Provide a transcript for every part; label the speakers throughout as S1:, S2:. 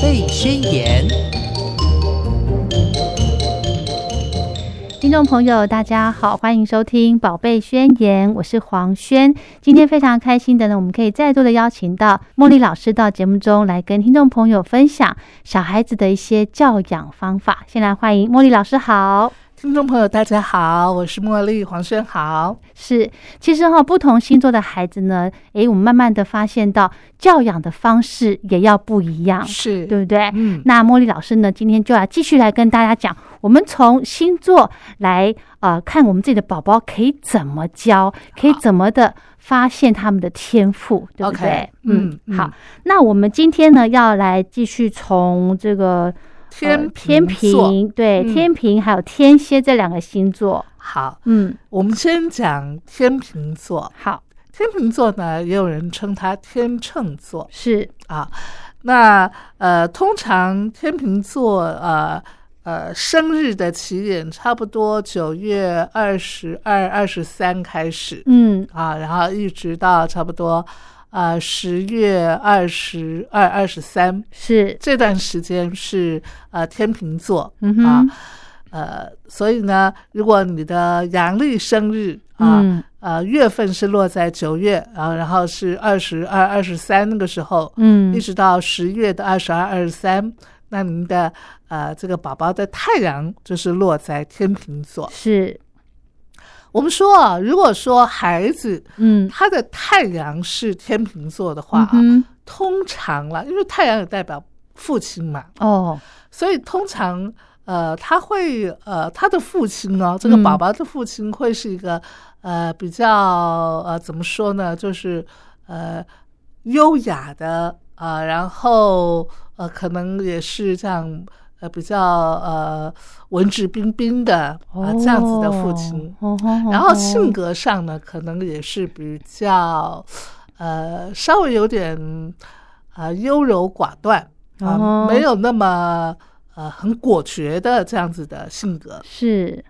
S1: 费宣言》。
S2: 听众朋友，大家好，欢迎收听《宝贝宣言》，我是黄轩。今天非常开心的呢，我们可以再度的邀请到茉莉老师到节目中来跟听众朋友分享小孩子的一些教养方法。先来欢迎茉莉老师，好。
S3: 听众朋友，大家好，我是茉莉黄轩豪。
S2: 是，其实哈、不同星座的孩子呢，诶，我们慢慢的发现到教养的方式也要不一样，
S3: 是，
S2: 对不对？
S3: 嗯，
S2: 那茉莉老师呢，今天就要继续来跟大家讲，我们从星座来呃看我们自己的宝宝可以怎么教，可以怎么的发现他们的天赋，对不
S3: OK，
S2: 对
S3: 嗯嗯
S2: 好，那我们今天呢要来继续从这个。呃
S3: 天
S2: 天
S3: 秤座
S2: 平对、
S3: 嗯
S2: 天平还有天蝎这两个星座，
S3: 好，
S2: 嗯，
S3: 我们先讲天秤座。
S2: 好
S3: 天秤座呢，也有人称它天秤座
S2: 是
S3: 啊。那呃，通常天秤座呃呃生日的起点差不多九月二十二、二十三开始
S2: 嗯
S3: 啊，然后一直到差不多呃十月二十二、二十三
S2: 是
S3: 这段时间是呃天秤座
S2: 嗯
S3: 啊
S2: 哼，
S3: 呃，所以呢，如果你的阳历生日啊，
S2: 嗯
S3: 呃，月份是落在九月，啊，然后是二十二、二十三那个时候，一
S2: 嗯
S3: 直到十月的二十二、二十三，那您的呃这个宝宝的太阳就是落在天秤座。
S2: 是
S3: 我们说啊，如果说孩子
S2: 嗯
S3: 他的太阳是天秤座的话啊，
S2: 嗯哼
S3: 通常了，因为太阳也代表父亲嘛，
S2: 哦
S3: 所以通常呃，他会呃，他的父亲哦，这个
S2: 嗯
S3: 宝宝的父亲会是一个、呃比较呃怎么说呢，就是呃优雅的呃，然后呃可能也是这样。呃，比较呃文质彬彬的啊、呃这样子的父亲，，
S2: 哦哦哦
S3: 然后性
S2: 哦
S3: 格上呢，可能也是比较呃稍微有点啊优柔寡断啊、
S2: 哦
S3: 没有那么呃很果决的这样子的性格
S2: 是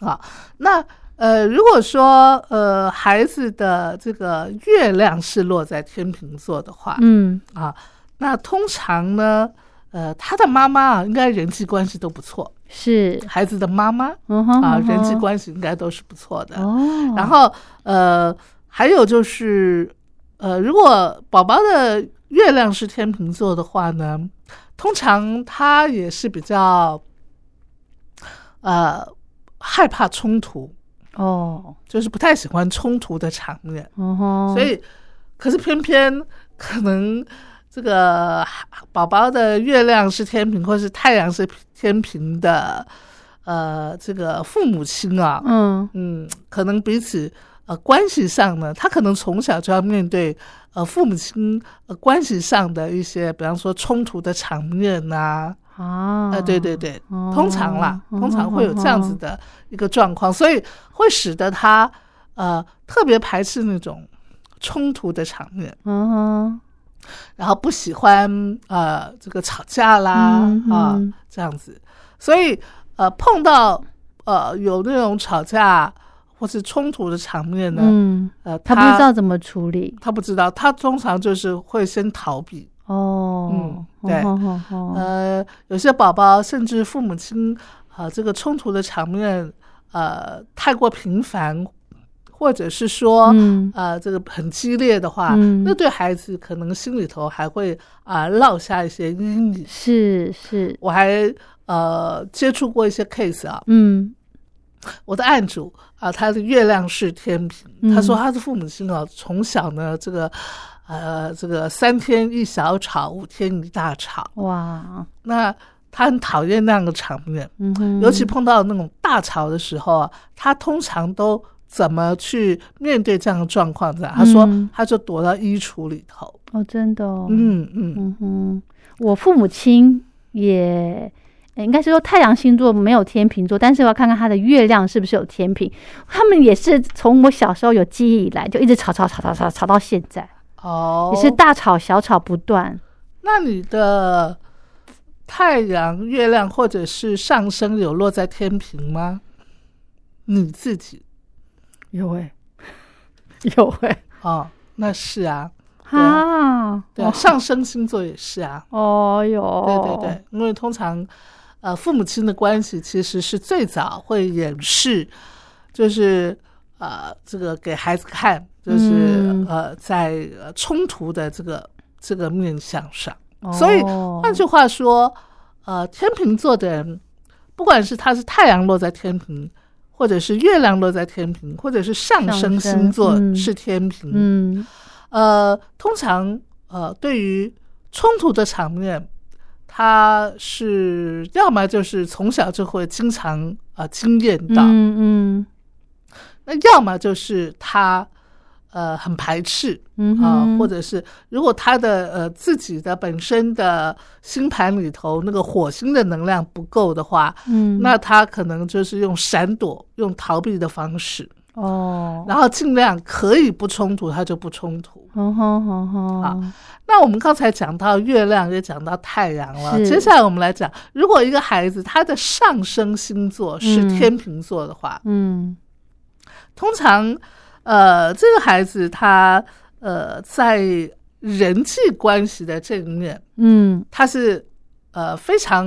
S3: 啊。那呃，如果说呃孩子的这个月亮是落在天秤座的话、
S2: 嗯
S3: 啊，那通常呢，呃，他的妈妈啊，应该人际关系都不错，
S2: 是
S3: 孩子的妈妈
S2: 嗯哼
S3: 啊，
S2: 嗯
S3: 人际
S2: 哼
S3: 关系应该都是不错的。
S2: 哦，
S3: 然后呃，还有就是呃，如果宝宝的月亮是天秤座的话呢，通常他也是比较呃害怕冲突，
S2: 哦
S3: 就是不太喜欢冲突的场面，
S2: 嗯哼，
S3: 所以可是偏偏可能。这个宝宝的月亮是天平，或是太阳是天平的，呃，这个父母亲啊，
S2: 嗯
S3: 嗯，可能彼此呃关系上呢，他可能从小就要面对呃父母亲呃关系上的一些，比方说冲突的场面呐、
S2: 啊
S3: 呃，对对，对，
S2: 哦
S3: 通常啦，
S2: 嗯
S3: 通常会有这样子的一个状况，所以会使得他呃特别排斥那种冲突的场面，
S2: 嗯哼
S3: 然后不喜欢呃这个吵架啦
S2: 嗯
S3: 啊、
S2: 嗯
S3: 这样子，所以呃碰到呃有那种吵架或是冲突的场面呢，
S2: 嗯，
S3: 呃
S2: 他不知道怎么处理
S3: 他不知道，他通常就是会先逃避。
S2: 哦，
S3: 嗯
S2: 哦
S3: 对
S2: 哦哦哦
S3: 呃，有些宝宝甚至父母亲啊、呃这个冲突的场面呃太过频繁，或者是说。
S2: 嗯
S3: 呃，这个很激烈的话，
S2: 嗯
S3: 啊那对孩子可能心里头还会啊、落下一些阴影。
S2: 是是
S3: 我还呃接触过一些 case 啊，
S2: 嗯
S3: 我的案主啊，他的月亮是天平，
S2: 嗯
S3: 他说他的父母亲啊，从小呢这个呃这个三天一小吵，五天一大吵，
S2: 哇
S3: 那他很讨厌那样的场面，
S2: 嗯哼，
S3: 尤其碰到那种大吵的时候啊，他通常都。怎么去面对这样的状况？这样，他说
S2: 嗯，
S3: 他就躲到衣橱里头。
S2: 哦真的哦
S3: 嗯嗯，
S2: 嗯哼，我父母亲也。呃应该是说太阳星座没有天平座，但是我要看看他的月亮是不是有天平。他们也是从我小时候有记忆以来，就一直吵吵吵吵吵吵到现在，
S3: 哦，
S2: 也是大吵小吵不断。
S3: 那你的太阳、月亮或者是上升有落在天平吗？你自己欸
S2: 有哎、有哎、
S3: 哦，那是啊，
S2: 哈，
S3: 对啊，上升星座也是啊，
S2: 哦哟，
S3: 对对对，因为通常，呃，父母亲的关系其实是最早会演示，就是呃，这个给孩子看，就是、
S2: 嗯
S3: 呃，在呃冲突的这个这个面向上。
S2: 对
S3: 所以
S2: 哦
S3: 换句话说，呃，天秤座的人，不管是他是太阳落在天平，或者是月亮落在天平，或者是上升
S2: 上升
S3: 星座
S2: 嗯
S3: 是天平，
S2: 嗯
S3: 呃，通常呃，对于冲突的场面，他是要么就是从小就会经常呃经验到，
S2: 嗯嗯
S3: 那要么就是他呃很排斥
S2: 嗯
S3: 啊、
S2: 哼
S3: 或者是如果他的呃自己的本身的星盘里头那个火星的能量不够的话，
S2: 嗯
S3: 那他可能就是用闪躲、用逃避的方式，
S2: 哦，
S3: 然后尽量可以不冲突他就不冲突。
S2: 哼嗯哼哼哼
S3: 啊，那我们刚才讲到月亮，也讲到太阳了。
S2: 是
S3: 接下来我们来讲，如果一个孩子他的上升星座是
S2: 嗯
S3: 天秤座的话，
S2: 嗯
S3: 通常，呃，这个孩子他呃在人际关系的这一面，
S2: 嗯
S3: 他是呃非常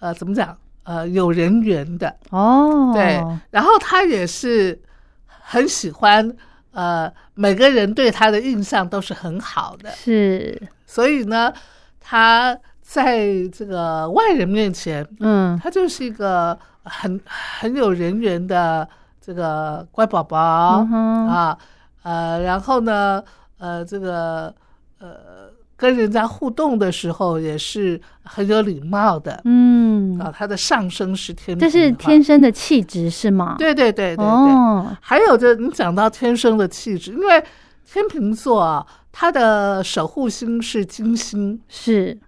S3: 呃怎么讲呃有人缘的，
S2: 哦，
S3: 对，然后他也是很喜欢呃每个人对他的印象都是很好的。
S2: 是，
S3: 所以呢，他在这个外人面前，
S2: 嗯
S3: 他就是一个很很有人缘的这个乖宝宝、
S2: 嗯哼
S3: 啊，呃，然后呢，呃，这个呃，跟人家互动的时候也是很有礼貌的、
S2: 嗯，
S3: 啊。他的上升是天平的话，
S2: 这是天生的气质是吗？
S3: 对对对对对。
S2: 哦，
S3: 还有就是你讲到天生的气质，因为天秤座啊，它的守护星是金星，
S2: 是，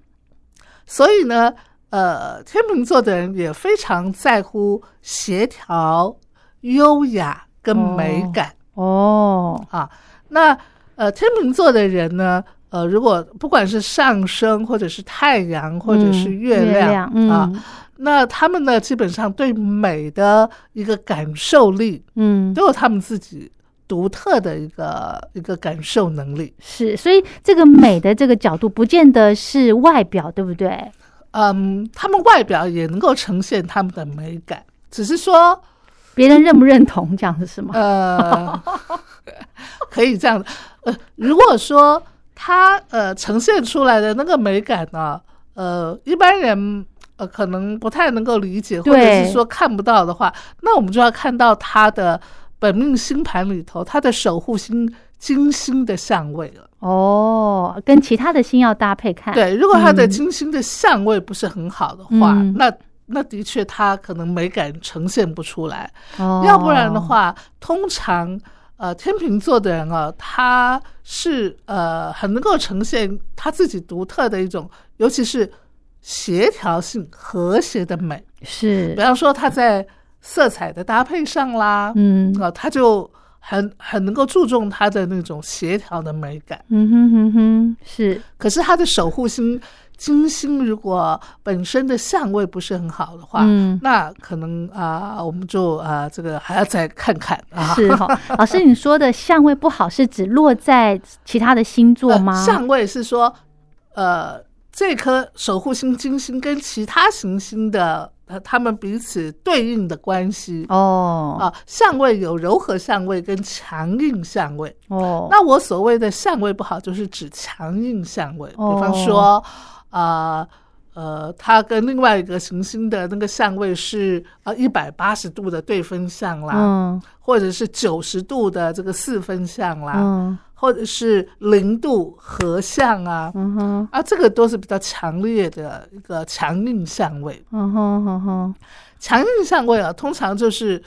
S3: 所以呢，呃，天秤座的人也非常在乎协调、优雅跟美感、
S2: 哦，
S3: 啊。那呃，天秤座的人呢，呃，如果不管是上升或者是太阳或者是
S2: 嗯
S3: 月
S2: 亮
S3: 亮,、啊，
S2: 嗯
S3: 那他们呢，基本上对美的一个感受力
S2: 嗯，
S3: 都有他们自己独特的一个一个感受能力。
S2: 是，所以这个美的这个角度，不见得是外表，对不对？
S3: 嗯，他们外表也能够呈现他们的美感，只是说。
S2: 别人认不认同这样子是吗？
S3: 呃， 可以这样。呃，如果说它呃呈现出来的那个美感呢，呃，一般人呃可能不太能够理解，或者
S2: 对
S3: 是说看不到的话，那我们就要看到它的本命星盘里头，它的守护星金星的相位了。
S2: 哦，跟其他的星要搭配看，，
S3: 呃对，如果它的
S2: 嗯
S3: 金星的相位不是很好的话，
S2: 嗯
S3: 那那的确它可能美感呈现不出来。
S2: 哦、
S3: 要不然的，话，通常呃天秤座的人啊，他是呃很能够呈现他自己独特的一种，尤其是协调性、和谐的美。
S2: 是
S3: 比，方说他在色彩的搭配上啦，
S2: 嗯
S3: 啊、他就很很能够注重他的那种协调的美感。
S2: 嗯哼哼哼，是，
S3: 可是他的守护星金星如果本身的相位不是很好的话，
S2: 嗯。
S3: 那可能啊、我们就啊、这个还要再看看啊。
S2: 是哈、老师，你说的相位不好是指落在其他的星座吗？
S3: 呃相位是说，呃，这颗守护星金星跟其他行星的呃，它们彼此对应的关系。
S2: 哦、
S3: 啊，相位有柔和相位跟强硬相位。啊
S2: 哦，
S3: 那我所谓的相位不好，就是指强硬相位。
S2: 哦
S3: 比方说，啊呃，它跟另外一个行星的那个相位是呃一百八十度的对分相啦，
S2: 嗯
S3: 或者是九十度的这个四分相啦，
S2: 嗯
S3: 或者是零度合相啊，
S2: 嗯哼
S3: 啊，这个都是比较强烈的一个强硬相位。
S2: 嗯哼嗯哼，
S3: 强硬相位啊，通常就是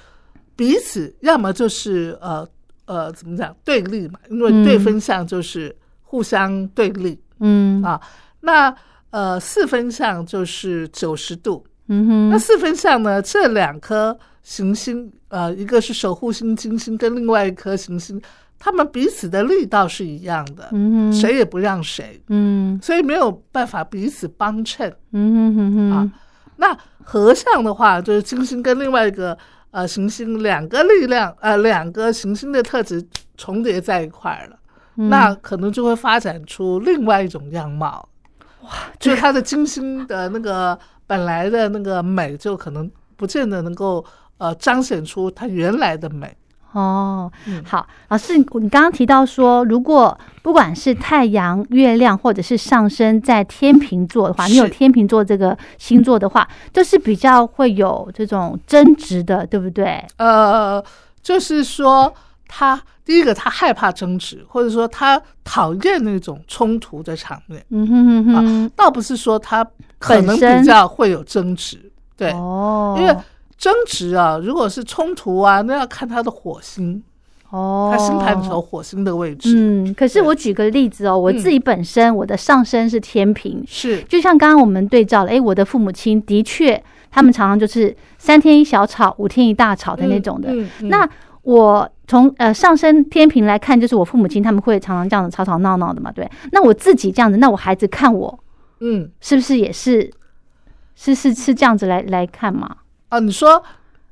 S3: 彼此要么就是呃呃怎么讲对立嘛，因为
S2: 嗯
S3: 对分相就是互相对立、
S2: 嗯
S3: 啊。那呃四分相就是九十度，
S2: 嗯哼，
S3: 那四分相呢，这两颗行星，呃，一个是守护星金星，跟另外一颗行星，它们彼此的力道是一样的，
S2: 嗯哼，
S3: 谁也不让谁，
S2: 嗯
S3: 所以没有办法彼此帮衬。
S2: 嗯哼哼哼，
S3: 啊那合相的话，就是金星跟另外一个呃行星，两个力量，呃，两个行星的特质重叠在一块儿了。
S2: 嗯
S3: 那可能就会发展出另外一种样貌。哇， 就是他的精心的那个本来的那个美，就可能不见得能够呃彰显出他原来的美。
S2: 哦，
S3: 嗯
S2: 好，老师，你你刚刚提到说，如果不管是太阳、月亮，或者是上升在天秤座的话，你有
S3: 是
S2: 天秤座这个星座的话，就是比较会有这种争执的，对不对？
S3: 呃，就是说他第一个他害怕争执，或者说他讨厌那种冲突的场面，
S2: 嗯哼哼哼，
S3: 倒不是说他可能
S2: 本身
S3: 比较会有争执，对，
S2: 哦，
S3: 因为争执啊，如果是冲突啊，那要看他的火星，
S2: 哦，
S3: 他星盘里头火星的位置、
S2: 嗯，可是我举个例子哦，我
S3: 嗯
S2: 自己本身我的上升是天平，
S3: 是
S2: 就像刚刚我们对照了，诶，我的父母亲的确，他们常常就是三天一小吵，五天一大吵的那种的。
S3: 嗯嗯
S2: 那我从呃上升天平来看，就是我父母亲他们会常常这样子吵吵闹闹的嘛，对。那我自己这样子，那我孩子看我
S3: 嗯
S2: 是不是也是是是是这样子来来看嘛？
S3: 啊，你说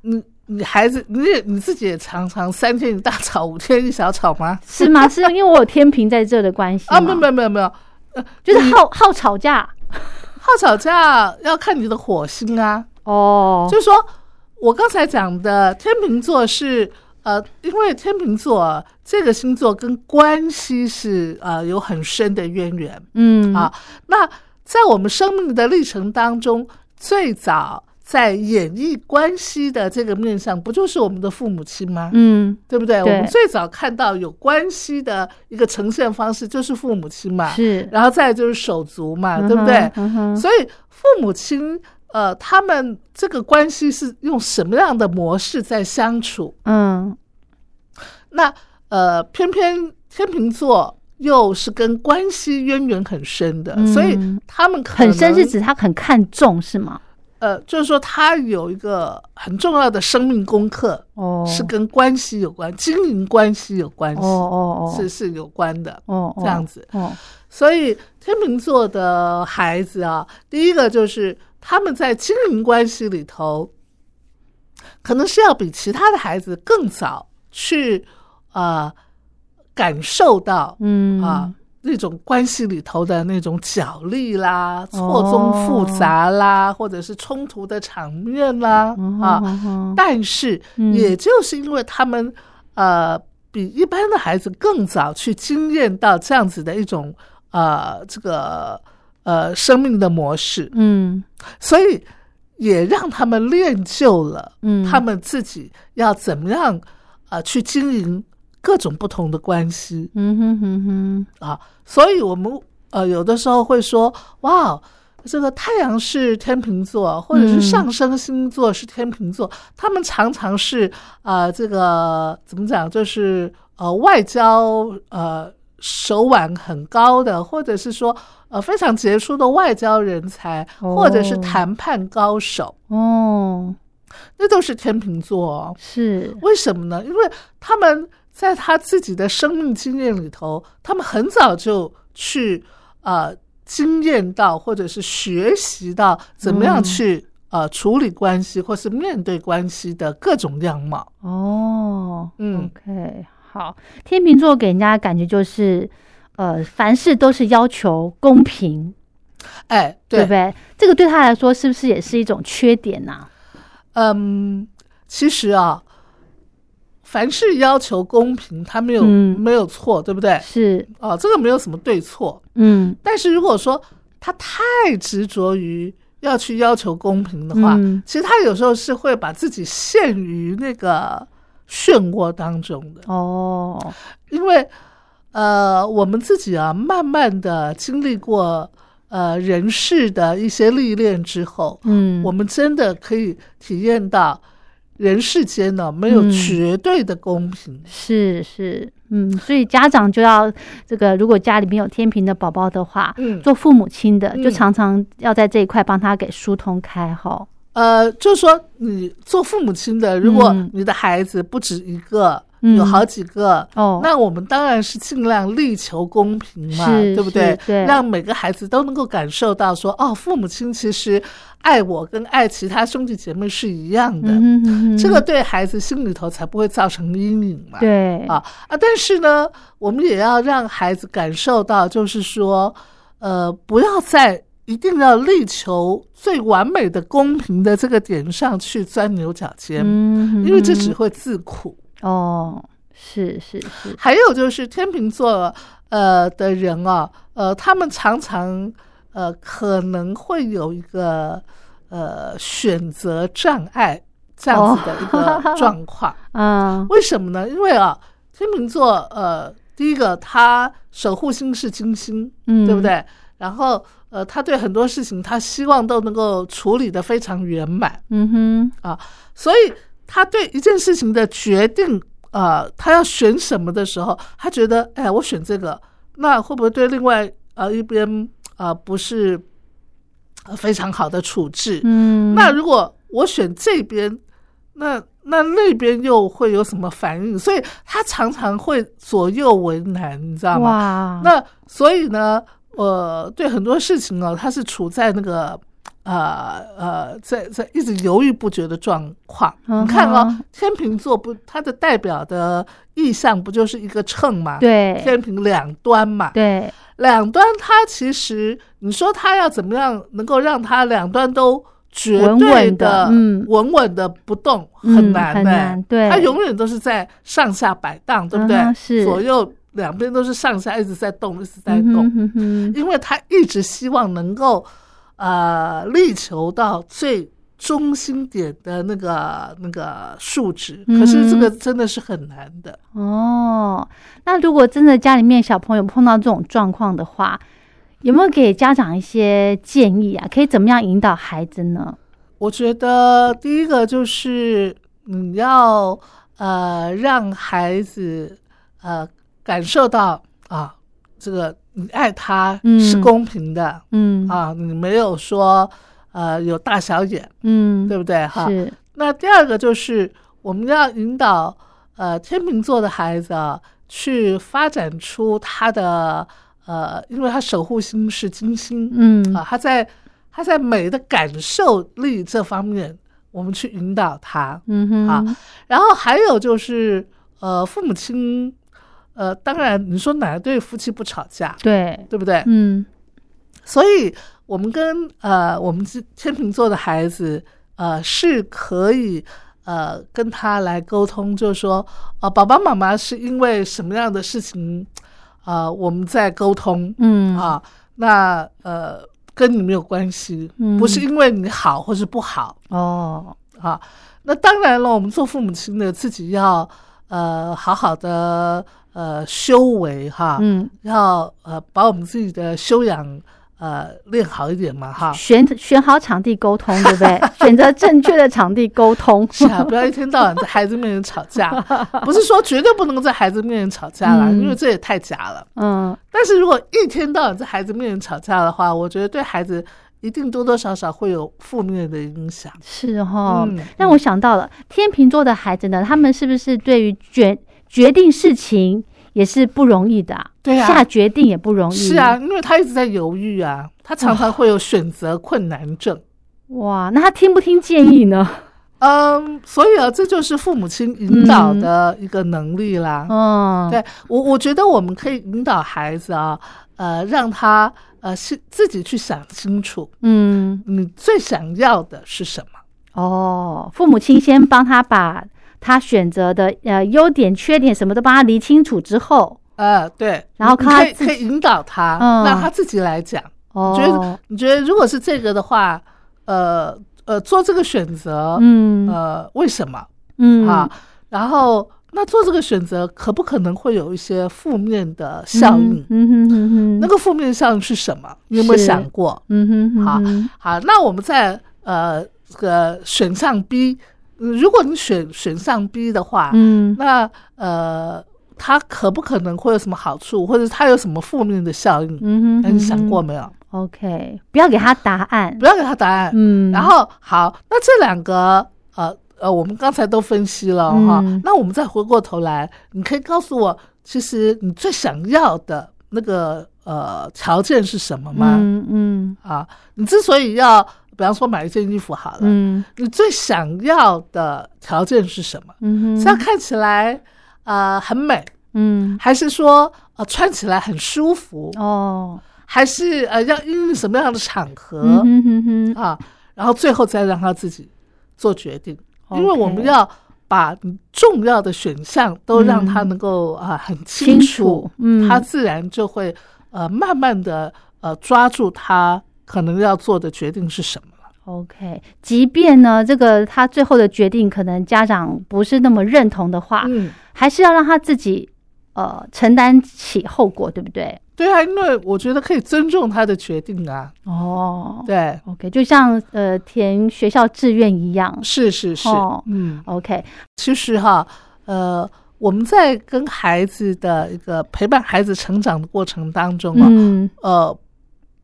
S3: 你你孩子你也你自己也常常三天一大吵，五天一小吵吗？
S2: 是吗？是因为我有天平在这的关系
S3: 啊，
S2: 吗
S3: 没有没嗯有没有没有，
S2: 就是好好吵架
S3: 好吵架要看你的火星啊，
S2: 哦，
S3: 就是说我刚才讲的天秤座是呃，因为天秤座这个星座跟关系是呃有很深的渊源。
S2: 嗯
S3: 啊，那在我们生命的历程当中，最早在演绎关系的这个面上，不就是我们的父母亲吗？
S2: 嗯
S3: 对不对？我
S2: 对
S3: 们最早看到有关系的一个呈现方式，就是父母亲嘛，
S2: 是，
S3: 然后再就是手足嘛，
S2: 嗯哼
S3: 啊对不对？
S2: 嗯哼
S3: 所以父母亲。呃，他们这个关系是用什么样的模式在相处？
S2: 嗯
S3: 那呃，偏偏天秤座又是跟关系渊源很深的，所以
S2: 嗯
S3: 他们可能
S2: 很深是指他很看重是吗？
S3: 呃，就是说他有一个很重要的生命功课，
S2: 哦，
S3: 是跟关系有关，经营关系有关系，
S2: 哦哦哦，
S3: 是是有关的。
S2: 哦
S3: 这样子
S2: 哦，
S3: 所以天秤座的孩子啊，第一个就是他们在经营关系里头，可能是要比其他的孩子更早去呃感受到
S2: 嗯
S3: 啊，那种关系里头的那种角力啦、
S2: 哦
S3: 错综复杂啦，或者是冲突的场面啦、
S2: 嗯哼
S3: 啊。
S2: 嗯哼
S3: 但是，
S2: 嗯
S3: 也就是因为他们呃比一般的孩子更早去经验到这样子的一种呃这个呃生命的模式，
S2: 嗯
S3: 所以也让他们练就了
S2: 嗯，
S3: 他们自己要怎么样啊、呃去经营各种不同的关系。
S2: 嗯哼哼哼，
S3: 啊，所以我们呃有的时候会说，哇，这个太阳是天秤座，或者是
S2: 嗯
S3: 上升星座是天秤座，他们常常是啊、呃这个怎么讲，就是呃外交呃手腕很高的，或者是说呃非常杰出的外交人才，或者是
S2: 哦
S3: 谈判高手，
S2: 哦，
S3: 那都是天秤座、哦。
S2: 是，
S3: 为什么呢？因为他们在他自己的生命经验里头，他们很早就去呃经验到，或者是学习到怎么
S2: 嗯
S3: 样去、呃处理关系，或是面对关系的各种样貌。
S2: 哦，
S3: 嗯
S2: ，OK，好，天秤座给人家的感觉就是，呃，凡事都是要求公平，
S3: 哎，
S2: 对不对？这个对他来说是不是也是一种缺点啊呐？
S3: 嗯，其实啊。凡事要求公平，他没有、
S2: 嗯
S3: 没有错，对不对？
S2: 是，
S3: 哦，这个没有什么对错。
S2: 嗯，
S3: 但是如果说他太执着于要去要求公平的话，
S2: 嗯
S3: 其实他有时候是会把自己陷于那个漩涡当中的，
S2: 哦，
S3: 因为呃，我们自己啊，慢慢的经历过呃人世的一些历练之后，
S2: 嗯，
S3: 我们真的可以体验到人世间呢没有
S2: 嗯
S3: 绝对的公平。
S2: 是是，嗯，所以家长就要这个，如果家里面有天平的宝宝的话，
S3: 嗯
S2: 做父母亲的
S3: 嗯
S2: 就常常要在这一块帮他给疏通开哈。
S3: 呃，就是说，你做父母亲的，如果
S2: 嗯
S3: 你的孩子不止一个
S2: 嗯
S3: 有好几个。
S2: 哦，
S3: 那我们当然是尽量力求公平嘛，
S2: 是
S3: 对不对
S2: 是？对
S3: 让每个孩子都能够感受到说，哦，父母亲其实爱我跟爱其他兄弟姐妹是一样的，
S2: 嗯哼哼哼
S3: 这个对孩子心里头才不会造成阴影嘛。
S2: 对
S3: 啊啊！但是呢，我们也要让孩子感受到，就是说，呃，不要在一定要力求最完美的公平的这个点上去钻牛角尖，
S2: 嗯
S3: 因为这只
S2: 哼
S3: 会自苦。
S2: 哼哦，是是是，
S3: 还有就是天秤座呃的人啊，呃，他们常常呃可能会有一个呃选择障碍这样子的一个状况。
S2: 嗯
S3: 为什么呢？因为啊，天秤座呃，第一个他守护星是金星，
S2: 嗯，
S3: 对不？对？然后呃，他对很多事情他希望都能够处理的非常圆满。
S2: 嗯哼，
S3: 所以他对一件事情的决定，呃，他要选什么的时候，他觉得，哎，我选这个，那会不会对另外呃一边呃不是呃非常好的处置？
S2: 嗯，
S3: 那如果我选这边，那那那边又会有什么反应？所以他常常会左右为难，你知道吗？
S2: 哇，
S3: 那所以呢，呃，对很多事情哦，他是处在那个呃呃，在在一直犹豫不决的状况。
S2: 嗯哼
S3: 你看哦，天秤座不，它的代表的意象不就是一个秤嘛？，
S2: 对
S3: 天平两端嘛，
S2: 对，
S3: 两端它其实你说它要怎么样能够让它两端都。绝
S2: 稳
S3: 对
S2: 稳的嗯
S3: 稳稳的不动
S2: 嗯
S3: 很难
S2: 很
S3: 呢
S2: 难对
S3: 它永远都是在上下摆荡，对不对
S2: 嗯哼？是
S3: 左右两边都是上下一直在动，一直在
S2: 嗯
S3: 动
S2: 哼，哼哼
S3: 因为他一直希望能够呃力求到最中心点的那个那个数值，
S2: 嗯
S3: 可是这个真的是很难的。
S2: 哦，那如果真的家里面小朋友碰到这种状况的话，有没有给家长一些建议啊？可以怎么样引导孩子呢？
S3: 我觉得第一个就是你要呃让孩子呃感受到啊，这个你爱他
S2: 嗯
S3: 是公平的、
S2: 嗯
S3: 啊，你没有说呃有大小眼，
S2: 嗯，
S3: 对不对哈？
S2: 是，
S3: 那第二个就是我们要引导呃天秤座的孩子啊，去发展出他的呃，因为他守护星是金星，
S2: 嗯
S3: 啊，他在他在美的感受力这方面，我们去引导他。
S2: 嗯哼，
S3: 啊然后还有就是呃，父母亲呃，当然你说哪对夫妻不吵架，
S2: 对，
S3: 对不对？
S2: 嗯
S3: 所以我们跟呃，我们是天秤座的孩子，呃，是可以呃跟他来沟通，就是说，呃，爸爸妈妈是因为什么样的事情，呃，我们在沟通
S2: 嗯，
S3: 啊，那呃跟你没有关系
S2: 嗯，
S3: 不是因为你好或是不好
S2: 哦，
S3: 啊。那当然了，我们做父母亲的自己要呃好好的呃修为哈，
S2: 嗯，。
S3: 要呃把我们自己的修养呃练好一点嘛哈
S2: 选选好场地沟通，对不对？ 选择正确的场地沟通，
S3: 是啊，不要一天到晚在孩子面前吵架， 不是说绝对不能够在孩子面前吵架啦，
S2: 嗯
S3: 因为这也太假了。
S2: 嗯
S3: 但是如果一天到晚在孩子面前吵架的话，我觉得对孩子一定多多少少会有负面的影响。
S2: 是哦，
S3: 嗯
S2: 让我想到了天秤座的孩子呢，他们是不是对于决决定事情也是不容易的、啊？
S3: 对啊
S2: 下决定也不容易。
S3: 是啊，，因为他一直在犹豫啊，他常常会有选择困难症。
S2: 哇，那他听不听建议呢？哦
S3: 嗯，所以啊，这就是父母亲引导的一个能力啦。
S2: 嗯，，
S3: 对我，我觉得我们可以引导孩子啊，呃，让他呃是自己去想清楚，
S2: 嗯，
S3: 你最想要的是什么？
S2: 哦，父母亲先帮他把他选择的呃优点、缺点什么都帮他理清楚之后，
S3: 呃，对，
S2: 然后
S3: 你
S2: 看他
S3: 可以
S2: 自己
S3: 可以引导他，
S2: 嗯
S3: 让他自己来讲。你
S2: 哦，
S3: 觉得你觉得如果是这个的话，呃呃，做这个选择，
S2: 嗯、
S3: 呃，为什么
S2: 嗯
S3: 啊？然后那做这个选择可不可能会有一些负面的效应？
S2: 嗯嗯哼哼
S3: 那
S2: 哼，
S3: 个负面效应是什么？你有没有
S2: 是
S3: 想过？
S2: 嗯哼哼
S3: 好
S2: 哼，
S3: 好，那我们在呃这个选项 B，嗯如果你选选项 B 的话，
S2: 嗯
S3: 那呃它可不可能会有什么好处，或者它有什么负面的效应？
S2: 嗯哼
S3: 那
S2: 哼，
S3: 你想过没有？
S2: ？OK，不要给他答案
S3: 不，要给他答案。
S2: 嗯，
S3: 然后好，那这两个呃呃，我们刚才都分析了
S2: 嗯
S3: 哈、那我们再回过头来，你可以告诉我，其实你最想要的那个呃条件是什么吗？
S2: 嗯嗯
S3: 啊，你之所以要，比方说买一件衣服好了，
S2: 嗯
S3: 你最想要的条件是什么？
S2: 嗯哼，
S3: 是要看起来呃很美，
S2: 嗯
S3: 还是说呃穿起来很舒服，
S2: 哦，
S3: 还是呃要因应什么样的场合、
S2: 嗯哼哼哼，
S3: 啊？然后最后再让他自己做决定，因为
S2: OK 嗯
S3: 我们要把重要的选项都让他能够啊、很清
S2: 清楚嗯
S3: 他自然就会呃慢慢的呃抓住他可能要做的决定是什么。
S2: OK，即便呢，这个他最后的决定可能家长不是那么认同的话，
S3: 嗯，
S2: 还是要让他自己呃承担起后果，对不对？
S3: 对啊，因为我觉得可以尊重他的决定啊。
S2: 哦
S3: 对，
S2: ，OK，就像呃填学校志愿一样。
S3: 是是是，
S2: 哦
S3: 嗯，
S2: OK，
S3: 其实哈，呃，我们在跟孩子的一个陪伴孩子成长的过程当中啊，
S2: 嗯，
S3: 呃，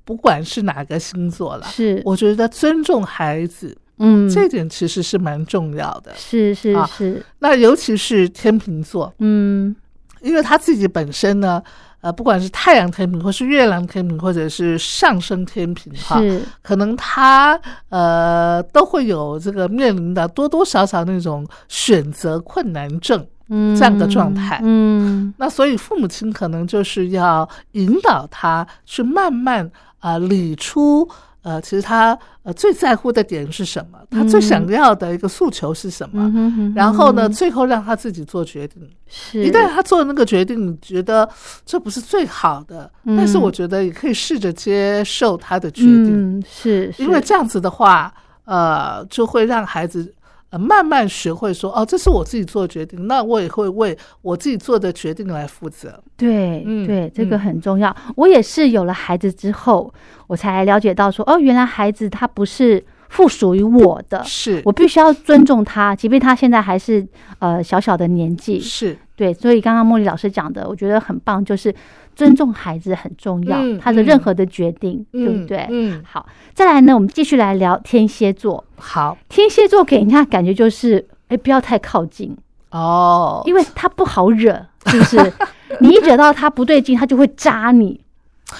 S3: 不管是哪个星座了，
S2: 是，
S3: 我觉得尊重孩子、
S2: 嗯，
S3: 这点其实是蛮重要的。
S2: 是是
S3: 啊
S2: 是，
S3: 那尤其是天秤座，
S2: 嗯
S3: 因为他自己本身呢，呃，不管是太阳天平，或是月亮天平，或者是上升天平，哈，
S2: 是，
S3: 可能他呃都会有这个面临的多多少少那种选择困难症。
S2: 嗯，
S3: 这样的状态
S2: 嗯
S3: 那所以父母亲可能就是要引导他去慢慢啊、呃理出呃，其实他呃最在乎的点是什么，他最想要的一个诉求是什么，
S2: 嗯哼哼
S3: 然后呢，
S2: 哼，
S3: 最后让他自己做决定。
S2: 是
S3: 一旦他做那个决定，你觉得这不是最好的，
S2: 嗯
S3: 但是我觉得也可以试着接受他的决定，
S2: 嗯是，
S3: 因为
S2: 是
S3: 这样子的话，呃，就会让孩子。呃，慢慢学会说哦，这是我自己做的决定，那我也会为我自己做的决定来负责。
S2: 对、
S3: 嗯
S2: 对，这个
S3: 嗯
S2: 很重要。我也是有了孩子之后，我才了解到说，哦，原来孩子他不是附属于我的，
S3: 是
S2: 我必须要尊重他，即便他现在还是呃小小的年纪。
S3: 是
S2: 对，所以刚刚茉莉老师讲的，我觉得很棒，就是尊重孩子很重要，
S3: 嗯
S2: 他的
S3: 嗯
S2: 任何的决定，对不
S3: 嗯
S2: 对？
S3: 嗯，
S2: 好，再来呢，我们继续来聊天蝎座。
S3: 好
S2: 天蝎座给人家感觉就是，哎，不要太靠近，
S3: 哦，
S2: 因为他不好惹，是不是？你一惹到他不对劲，他就会扎你，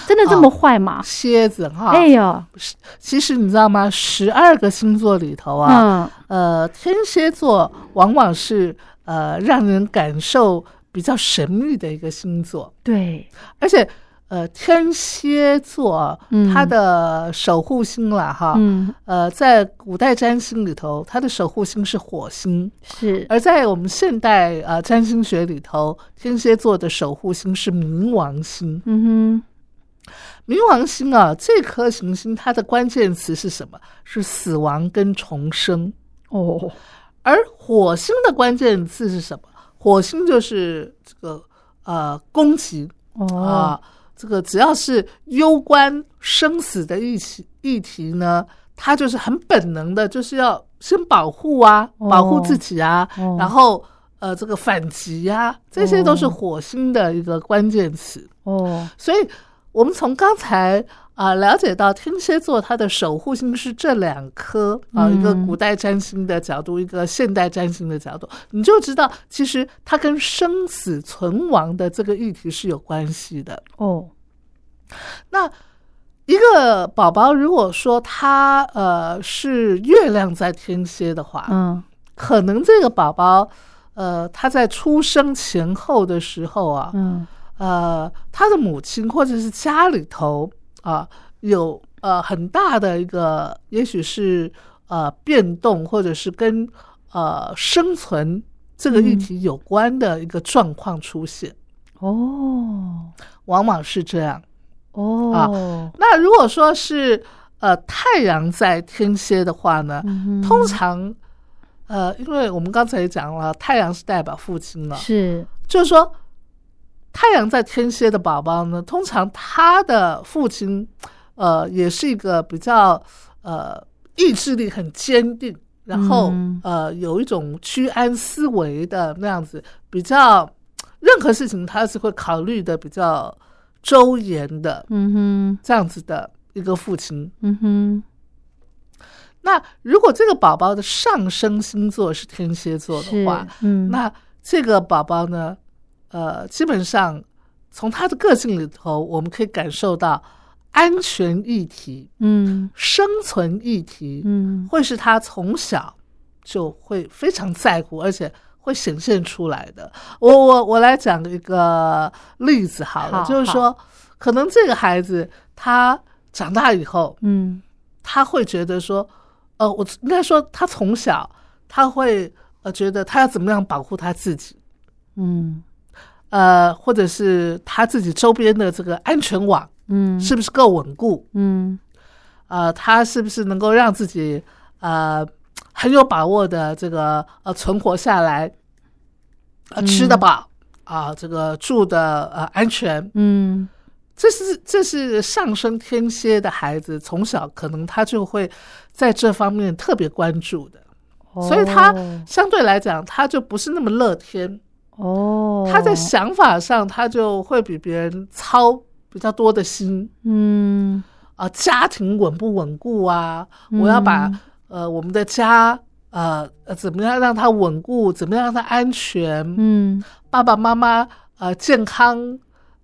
S2: 真的这么坏吗？
S3: 蝎子哈，
S2: 哎呦，
S3: 其实你知道吗？十二个星座里头啊，
S2: 嗯，
S3: 呃，天蝎座往往是呃让人感受比较神秘的一个星座，
S2: 对，
S3: 而且呃，天蝎座啊
S2: 嗯
S3: 它的守护星啦哈。
S2: 嗯，
S3: 呃，在古代占星里头，它的守护星是火星；
S2: 是，
S3: 而在我们现代呃占星学里头，天蝎座的守护星是冥王星。
S2: 嗯
S3: 冥王星啊，这颗行星它的关键词是什么？是死亡跟重生。
S2: 哼，哦，
S3: 而火星的关键字是什么？火星就是这个呃攻击啊、
S2: 哦，
S3: 这个只要是攸关生死的议题议题呢，它就是很本能的，就是要先保护啊，
S2: 哦
S3: 保护自己啊，
S2: 哦
S3: 然后呃这个反击呀、这些都是火星的一个关键词。
S2: 哦，
S3: 所以我们从刚才啊、了解到天蝎座它的守护星是这两颗啊、
S2: 嗯
S3: 一个古代占星的角度，一个现代占星的角度，你就知道其实它跟生死存亡的这个议题是有关系的。
S2: 哦，
S3: 那一个宝宝如果说他呃是月亮在天蝎的话，
S2: 嗯，
S3: 可能这个宝宝呃他在出生前后的时候啊，
S2: 嗯，
S3: 呃，他的母亲或者是家里头啊、有呃很大的一个，也许是呃变动，或者是跟呃生存这个议
S2: 嗯
S3: 题有关的一个状况出现，
S2: 哦，
S3: 往往是这样。啊
S2: 哦，
S3: 那如果说是呃太阳在天蝎的话呢，
S2: 嗯哼
S3: 通常呃，因为我们刚才也讲了，太阳是代表父亲了，
S2: 是，
S3: 就是说，太阳在天蝎的宝宝呢，通常他的父亲，呃，也是一个比较呃意志力很坚定，然后、
S2: 嗯
S3: 呃有一种居安思危的那样子，比较任何事情他是会考虑的比较周延的
S2: 嗯哼，
S3: 这样子的一个父亲。
S2: 嗯哼，
S3: 那如果这个宝宝的上升星座是天蝎座的
S2: 是
S3: 话，，
S2: 嗯，
S3: 那这个宝宝呢，呃，基本上从他的个性里头，我们可以感受到安全议题、
S2: 嗯
S3: 生存议题，
S2: 嗯
S3: 会是他从小就会非常在乎，而且会显现出来的。我我我来讲一个例子好了，
S2: 好
S3: 就是说，可能这个孩子他长大以后，
S2: 嗯
S3: 他会觉得说，呃，我应该说他从小他会呃觉得他要怎么样保护他自己，
S2: 嗯
S3: 呃，或者是他自己周边的这个安全网
S2: 嗯
S3: 是不是够稳固？
S2: 嗯
S3: 呃，他是不是能够让自己呃很有把握的这个呃存活下来，呃吃得饱啊、这个住的呃安全，
S2: 嗯
S3: 这是这是上升天蝎的孩子从小可能他就会在这方面特别关注的，所以他
S2: 哦
S3: 相对来讲他就不是那么乐天，
S2: 哦，
S3: 他在想法上他就会比别人操比较多的心，
S2: 嗯
S3: 啊，家庭稳不稳固啊？我要把、
S2: 嗯
S3: 呃我们的家呃呃怎么样让它稳固？怎么样让它安全？
S2: 嗯
S3: 爸爸妈妈呃健康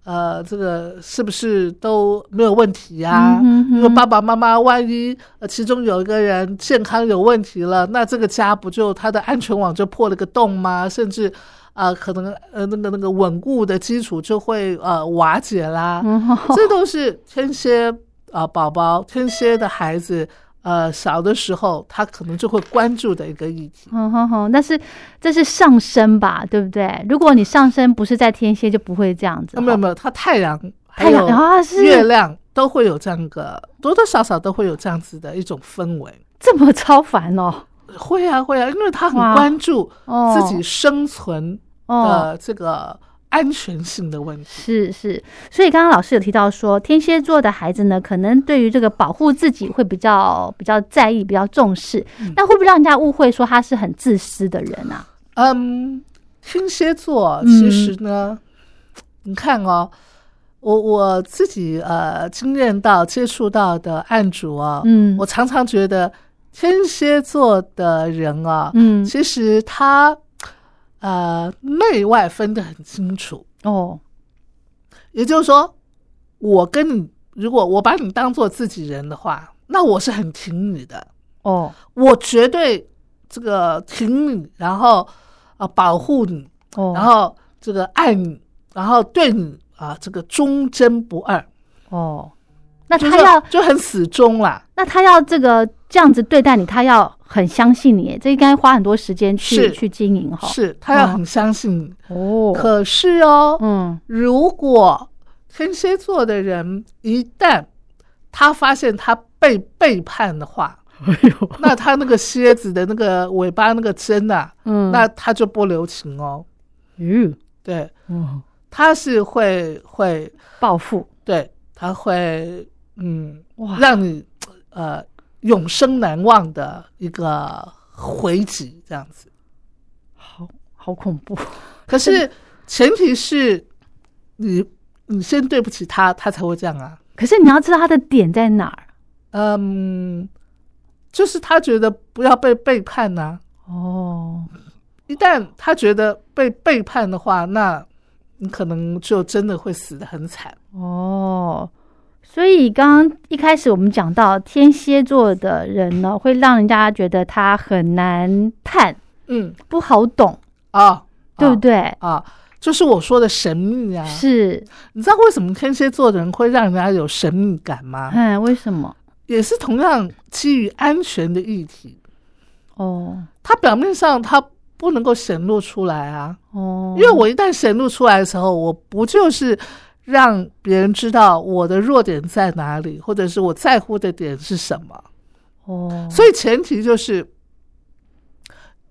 S3: 呃这个是不是都没有问题呀、啊？
S2: 嗯哼哼
S3: 因为爸爸妈妈万一呃其中有一个人健康有问题了，那这个家不就他的安全网就破了个洞吗？甚至啊、呃可能呃那个那个稳固的基础就会呃瓦解啦。
S2: 嗯
S3: 这都是天蝎啊、呃宝宝、天蝎的孩子，呃，小的时候他可能就会关注的一个议题。
S2: 好好好，但是这是上升吧，对不对？如果你上升不是在天蝎，就不会这样子。
S3: 啊没有
S2: 哈
S3: 没有，他太阳还
S2: 太阳
S3: 有
S2: 啊，是
S3: 月亮都会有这样一个多多少少都会有这样子的一种氛围。
S2: 这么超凡哦，
S3: 会啊会啊，因为他很
S2: 哇
S3: 关注
S2: 哦，
S3: 自己生存
S2: 哦，
S3: 的这个安全性的问题。
S2: 是是，所以刚刚老师有提到说，天蝎座的孩子呢，可能对于这个保护自己会比较比较在意，比较重视。那会不会让人家误会说他是很自私的人啊？
S3: 嗯，天蝎座
S2: 嗯
S3: 其实呢，你看哦，我我自己呃经验到接触到的案主哦，
S2: 嗯，
S3: 我常常觉得天蝎座的人啊，
S2: 嗯
S3: 其实他呃内外分得很清楚，
S2: 哦
S3: 也就是说，我跟你如果我把你当做自己人的话，那我是很挺你的，
S2: 哦
S3: 我绝对这个挺你，然后啊、呃保护你。
S2: 哦，
S3: 然后这个爱你，然后对你啊，这个忠贞不二，
S2: 哦，那
S3: 就
S2: 他
S3: 是
S2: 要
S3: 就很死忠啦。
S2: 那他要这个这样子对待你，他要很相信你，这应该花很多时间去
S3: 是
S2: 去经营哈。
S3: 是他要很相信你。
S2: 嗯哦，
S3: 可是哦，
S2: 嗯
S3: 如果天蝎座的人一旦他发现他被背叛的话，
S2: 哎
S3: 那他那个蝎子的那个尾巴那个针呐、
S2: 嗯，
S3: 那他就不留情哦。
S2: 嗯
S3: 对，
S2: 嗯
S3: 他是会会
S2: 暴富
S3: 对，他会嗯，
S2: 哇
S3: 让你呃永生难忘的一个回击，这样子。
S2: 好好恐怖。
S3: 可是前提是你你先对不起他，他才会这样啊。
S2: 可是你要知道他的点在哪儿
S3: 嗯，就是他觉得不要被背叛呐、
S2: 哦，
S3: 一旦他觉得被背叛的话，那你可能就真的会死得很惨。
S2: 哦，所以刚刚一开始我们讲到天蝎座的人呢，会让人家觉得他很难判，
S3: 嗯
S2: 不好懂，
S3: 啊，啊
S2: 对不对？
S3: 啊？就是我说的神秘啊，
S2: 是，
S3: 你知道为什么天蝎座的人会让人家有神秘感吗？
S2: 嗯，为什么？
S3: 也是同样基于安全的议题，
S2: 哦
S3: 它表面上它不能够显露出来啊，
S2: 哦，
S3: 因为我一旦显露出来的时候，我不就是让别人知道我的弱点在哪里，或者是我在乎的点是什么？
S2: 哦，
S3: 所以前提就是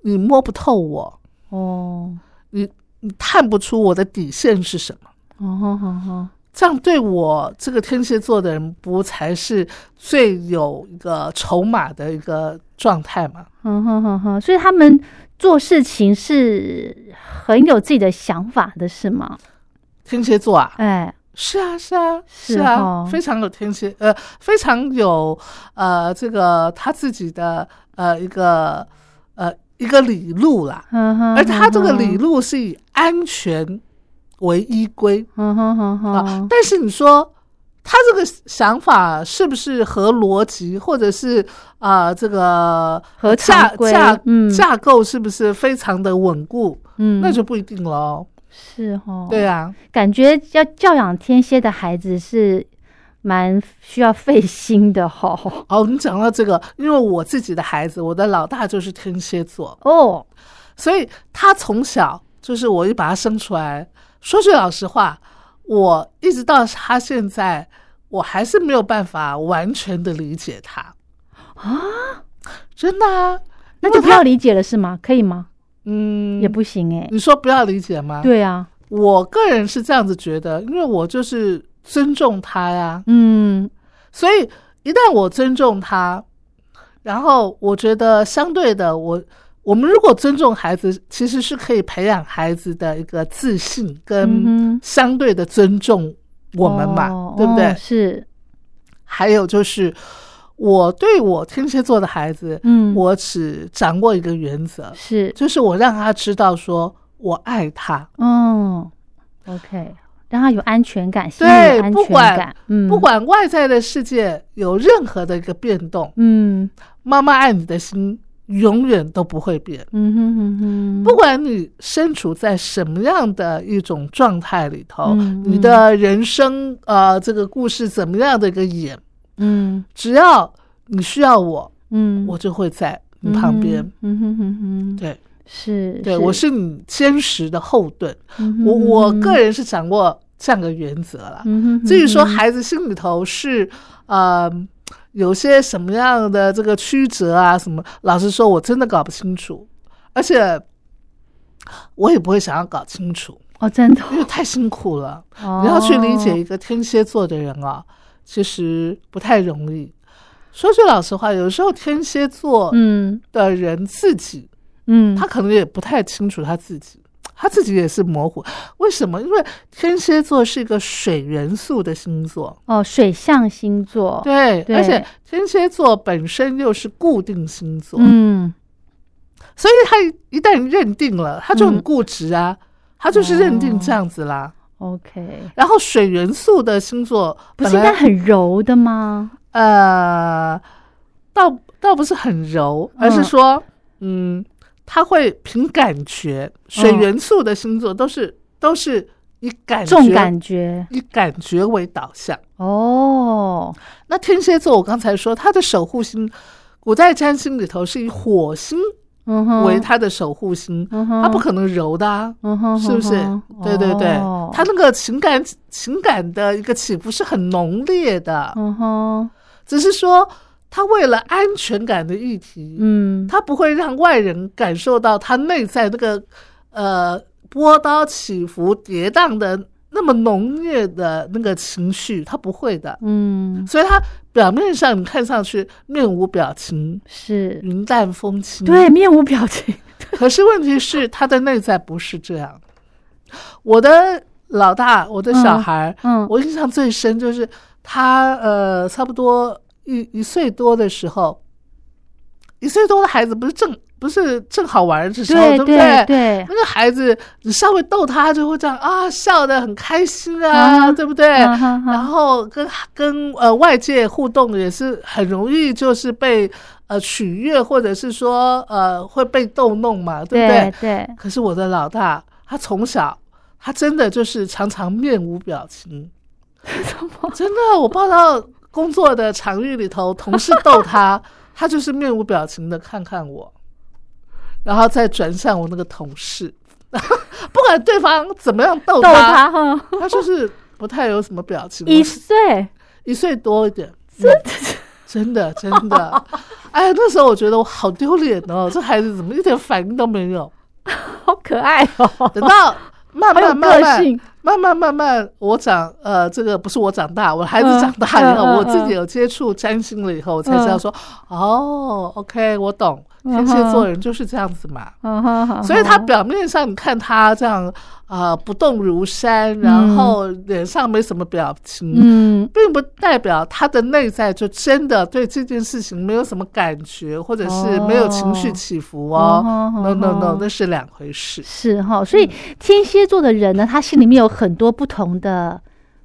S3: 你摸不透我，
S2: 哦，
S3: 你你探不出我的底线是什么。
S2: 哦好好好，
S3: 这样对我这个天蝎座的人，不才是最有一个筹码的一个状态吗？
S2: 嗯哼哼哼，所以他们做事情是很有自己的想法的，是吗？
S3: 天蝎座啊，
S2: 哎，
S3: 是啊，是啊，
S2: 是
S3: 是啊，
S2: 哦
S3: 非常有天蝎，呃，非常有呃这个他自己的呃一个呃一个理路啦，
S2: 哼哼，
S3: 而他这个理
S2: 哼，
S3: 路是以安全为依归
S2: 哼哼哼
S3: 啊、
S2: 哼，
S3: 但是你说。他这个想法是不是合逻辑，或者是啊、呃这个
S2: 合
S3: 架
S2: 常规
S3: 架
S2: 嗯
S3: 架构是不是非常的稳固？
S2: 嗯，
S3: 那就不一定喽。
S2: 是哦，
S3: 对啊，
S2: 感觉要教养天蝎的孩子是蛮需要费心的哦。
S3: 哦，你讲到这个，因为我自己的孩子，我的老大就是天蝎座，
S2: 哦，
S3: 所以他从小就是我一把他生出来。说句老实话，我一直到他现在，我还是没有办法完全的理解他啊，真的啊，
S2: 那就不要理解了是吗？可以吗？
S3: 嗯，
S2: 也不行哎、
S3: 你说不要理解吗？，
S2: 对啊，
S3: 我个人是这样子觉得，因为我就是尊重他呀，
S2: 嗯
S3: 所以一旦我尊重他，然后我觉得相对的，我我们如果尊重孩子，其实是可以培养孩子的一个自信
S2: 嗯哼
S3: 跟相对的尊重我们嘛，
S2: 哦
S3: 对不对？
S2: 哦是，
S3: 还有就是，我对我天蝎座的孩子，
S2: 嗯，
S3: 我只掌握一个原则，
S2: 是，
S3: 就是我让他知道说我爱他，
S2: 嗯，OK，让他有安全感，心里
S3: 对
S2: 有安
S3: 不
S2: 全
S3: 管
S2: 感，嗯，
S3: 不，管外在的世界有任何的一个变动，
S2: 嗯
S3: 妈妈爱你的心永远都不会变。
S2: 嗯哼哼哼，
S3: 不管你身处在什么样的一种状态里头，
S2: 嗯
S3: 你的人生呃这个故事怎么样的一个演，
S2: 嗯
S3: 只要你需要我，
S2: 嗯，
S3: 我就会在你旁边。
S2: 嗯哼哼哼，
S3: 对
S2: 是，
S3: 对，我，是你坚实的后盾。
S2: 嗯哼
S3: 我我
S2: 哼
S3: 个人是掌握这样的原则了。
S2: 嗯哼哼
S3: 至于说
S2: 哼
S3: 孩子心里头是呃有些什么样的这个曲折啊什么，老实说，我真的搞不清楚，而且我也不会想要搞清楚。
S2: 哦，真的哦，哦
S3: 因为太辛苦了，
S2: 你
S3: 你要去理解一个天蝎座的人啊，其实不太容易。说句老实话，有时候天蝎座
S2: 嗯
S3: 的人自己，
S2: 嗯，
S3: 他可能也不太清楚他自己，他自己也是模糊。为什么？因为天蝎座是一个水元素的星座，
S2: 哦，水象星座，，
S3: 对，
S2: 对
S3: 而且天蝎座本身又是固定星座，
S2: 嗯，
S3: 所以他一旦认定了，他就很
S2: 嗯哦
S3: 固执啊，他就是认定这样子啦。
S2: OK，
S3: 然后水元素的星座
S2: 不
S3: 本
S2: 是应
S3: 来
S2: 该很柔的吗？
S3: 呃，倒倒不是很柔，而是
S2: 嗯
S3: 说，嗯，他会凭感觉。水
S2: 嗯
S3: 元素的星座都是、都是以感
S2: 重
S3: 觉
S2: 感觉
S3: 以感觉为导向。
S2: 哦，
S3: 那天蝎座，我刚才说他的守护星，古代占星里头是以火星
S2: 嗯哼，
S3: 为他的守护星，
S2: 嗯哼，
S3: 他不可能柔的、啊。
S2: 嗯哼，
S3: 是不是
S2: 嗯哼？
S3: 对对对，
S2: 哦
S3: 他那个情感情感的一个起伏是很浓烈的，
S2: 嗯哼，
S3: 只是说他为了安全感的议题，
S2: 嗯，
S3: 他不会让外人感受到他内在那个呃波涛起伏、跌宕的那么浓烈的那个情绪，他不会的。
S2: 嗯，
S3: 所以他表面上你看上去面无表情、
S2: 是，
S3: 云淡风轻，
S2: 对，面无表情，
S3: 可是问题是，他的内在不是这样。我的老大，我的小孩，
S2: 嗯
S3: 我印象最深就是他呃，差不多一一岁多的时候，一岁多的孩子不是正不是正好玩的时候，
S2: 对
S3: 不
S2: 对
S3: 对？
S2: 对，
S3: 那个孩子，你稍微逗他，就会这样啊，笑得很开心啊，
S2: 啊
S3: 对不对？
S2: 嗯哼
S3: 然
S2: 哼
S3: 后跟跟呃外界互动也是很容易，就是被呃取悦，或者是说呃会被逗弄嘛，对不
S2: 对对，
S3: 可是我的老大，他从小他真的就是常常面无表 情，真的，我报到工作的场域里头，同事逗他， 他就是面无表情的看看我，然后再转向我那个同事， 不管对方怎么样逗
S2: 逗他哈，
S3: 他嗯就是不太有什么表情，
S2: 一岁，
S3: 一岁多一点，真的、真的真的，哎，那时候我觉得我好丢脸哦，这孩子怎么一点反应都没有？
S2: 好可爱哦，
S3: 等到慢
S2: 好有
S3: 慢慢
S2: 个
S3: 慢
S2: 性，
S3: 慢慢慢慢，我长呃，这个不是我长大，我孩子
S2: 嗯
S3: 长大以后，
S2: 嗯嗯嗯
S3: 我自己有接触占星了以后，我才知道说，哦，OK，我懂，天蝎座人就是这样子嘛。
S2: 嗯哼哼
S3: 所以他
S2: 哼
S3: 表面上你看他这样啊、呃不动如山，然后脸上没什么表情，
S2: 嗯
S3: 并不代表他的内在就真的对这件事情没有什么感觉，或者是没有情绪起伏哦。
S2: 哦
S3: no no no，嗯
S2: 哦
S3: 那是两回事。
S2: 是哈、所以天蝎座的人呢，他心里面有很多不同的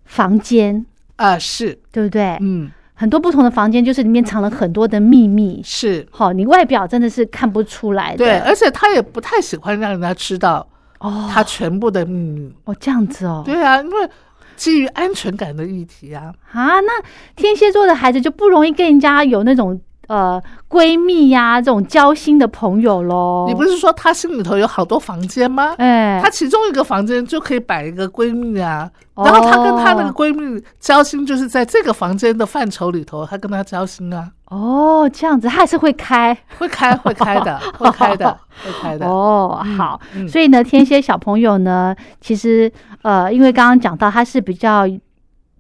S2: 房间，
S3: 啊、是，
S2: 对不对？
S3: 嗯，
S2: 很多不同的房间，就是里面藏了很多的秘密。
S3: 是
S2: 好，你外表真的是看不出来的。
S3: 对，而且他也不太喜欢让人家知道
S2: 哦，
S3: 他全部的秘密。
S2: 哦这样子哦，
S3: 对啊，因为基于安全感的议题啊，
S2: 啊，那天蝎座的孩子就不容易跟人家有那种呃闺蜜呀、这种交心的朋友喽。
S3: 你不是说他心里头有好多房间吗？
S2: 哦哎，
S3: 她其中一个房间就可以摆一个闺蜜啊，
S2: 哦
S3: 然后她跟她那个闺蜜交心，就是在这个房间的范畴里头，她跟她交心 啊，
S2: 哦这样子，他还是会开
S3: 会开会开的，会开的，会开的。
S2: 哦，
S3: 嗯
S2: 好。，
S3: 嗯
S2: 所以呢，天蝎小朋友呢，其实呃，因为刚刚讲到他是比较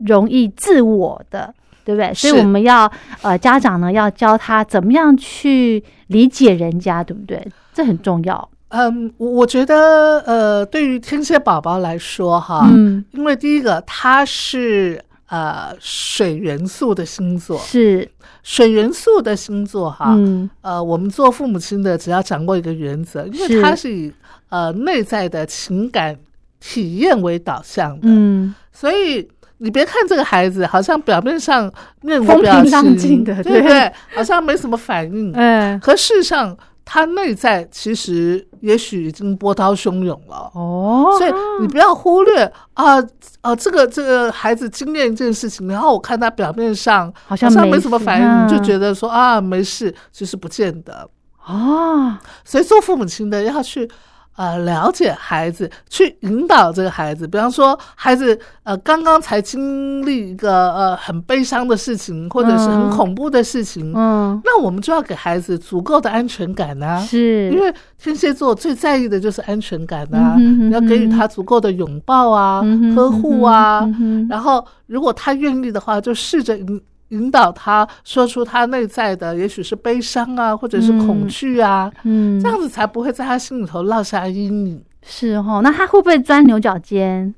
S2: 容易自我的，对不对？所以
S3: 是
S2: 我们要呃，家长呢要教他怎么样去理解人家，对不对？这很重要。
S3: 嗯，我我觉得呃，对于天蝎宝宝来说哈，
S2: 嗯，
S3: 因为第一个它是呃水元素的星座，
S2: 是，
S3: 水元素的星座哈，
S2: 嗯，
S3: 呃，我们做父母亲的只要掌握一个原则，因
S2: 是
S3: 为它是以呃内在的情感体验为导向的，
S2: 嗯，
S3: 所以你别看这个孩子好像表面上面无
S2: 风
S3: 表
S2: 平浪
S3: 情
S2: 静的
S3: 对不
S2: 对
S3: 对？好像没什么反应，
S2: 哎，
S3: 可事实上他内在其实也许已经波涛汹涌了。
S2: 哦，
S3: 所以你不要忽略啊啊、这个这个孩子经验这件事情，然后我看他表面上
S2: 好像没
S3: 没什么
S2: 事
S3: 反应，你就
S2: 嗯
S3: 觉得说啊没事，其实不见得。
S2: 啊，
S3: 所以做父母亲的要去呃了解孩子，去引导这个孩子。比方说，孩子呃刚刚才经历一个呃很悲伤的事情，或者是很
S2: 嗯
S3: 恐怖的事情，
S2: 嗯，
S3: 那我们就要给孩子足够的安全感呐、
S2: 是，
S3: 啊因为天蝎座最在意的就是安全感呐、啊
S2: 嗯哼嗯哼
S3: 你要给予他足够的拥抱啊、
S2: 嗯哼
S3: 呵护啊。
S2: 嗯哼嗯哼
S3: 然后，如果他愿意的话，就试着引引导他说出他内在的，也许是悲伤啊，或者是恐
S2: 嗯
S3: 惧啊，
S2: 嗯，
S3: 这样子才不会在他心里头落下阴影。
S2: 是哦。那他会不会钻牛角尖？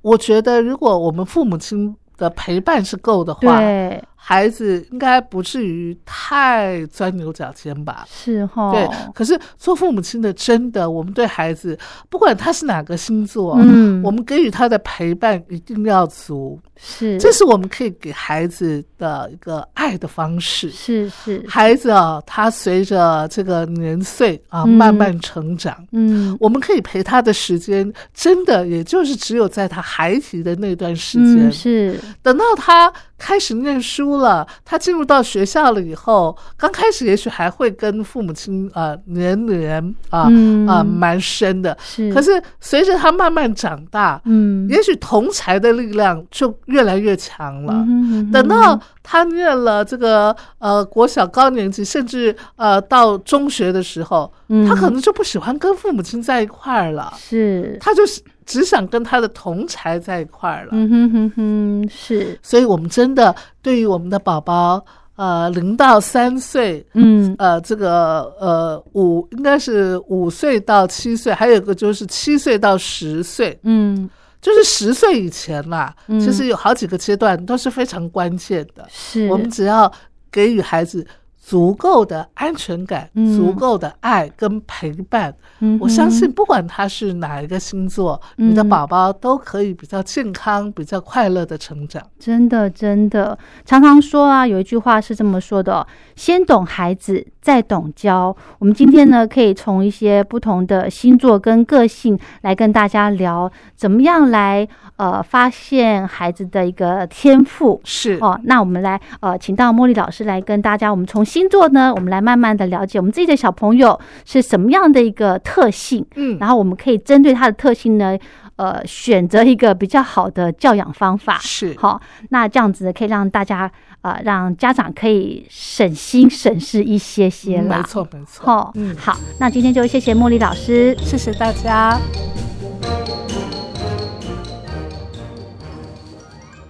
S3: 我觉得，如果我们父母亲的陪伴是够的话，
S2: 对，
S3: 孩子应该不至于太钻牛角尖吧。
S2: 是哦。
S3: 对，可是做父母亲的，真的，我们对孩子，不管他是哪个星座，
S2: 嗯
S3: 我们给予他的陪伴一定要足，
S2: 是，
S3: 这是我们可以给孩子的一个爱的方式。
S2: 是是，
S3: 孩子啊，他随着这个年岁啊，
S2: 嗯
S3: 慢慢成长，
S2: 嗯，
S3: 我们可以陪他的时间，真的也就是只有在他孩提的那段时间。
S2: 嗯是，
S3: 等到他开始念书了，他进入到学校了以后，刚开始也许还会跟父母亲呃黏黏啊
S2: 嗯
S3: 啊蛮深的。
S2: 是，
S3: 可是随着他慢慢长大，
S2: 嗯，
S3: 也许同才的力量就越来越强了。
S2: 嗯哼嗯哼
S3: 等到他念了这个呃国小高年级，甚至呃到中学的时候，
S2: 嗯
S3: 他可能就不喜欢跟父母亲在一块儿了，
S2: 是，
S3: 他就是只想跟他的同才在一块儿了。
S2: 嗯哼哼哼，是，
S3: 所以，我们真的对于我们的宝宝，呃，零到三岁，
S2: 嗯
S3: 呃，这个呃五应该是五岁到七岁，还有一个就是七岁到十岁，
S2: 嗯
S3: 就是十岁以前啦，
S2: 嗯
S3: 其实有好几个阶段都是非常关键的。
S2: 是，
S3: 我们只要给予孩子足够的安全感、
S2: 嗯
S3: 足够的爱跟陪伴，
S2: 嗯
S3: 我相信
S2: 哼
S3: 不管他是哪一个星座，你的
S2: 嗯
S3: 宝宝都可以比较健康、比较快乐的成长。
S2: 真的真的常常说啊，有一句话是这么说的哦：先懂孩子，再懂教。我们今天呢，可以从一些不同的星座跟个性来跟大家聊，怎么样来呃发现孩子的一个天赋。
S3: 是，
S2: 哦，那我们来呃，请到茉莉老师来跟大家，我们从星座呢，我们来慢慢的了解我们自己的小朋友是什么样的一个特性，
S3: 嗯，
S2: 然后我们可以针对他的特性呢，呃，选择一个比较好的教养方法。
S3: 是，
S2: 好，那这样子呢，可以让大家呃，让家长可以省心省事一些些
S3: 嗯没
S2: 啦。
S3: 错，没错。
S2: 好、
S3: 嗯
S2: 好，那今天就谢谢茉莉老师。
S3: 谢谢大家。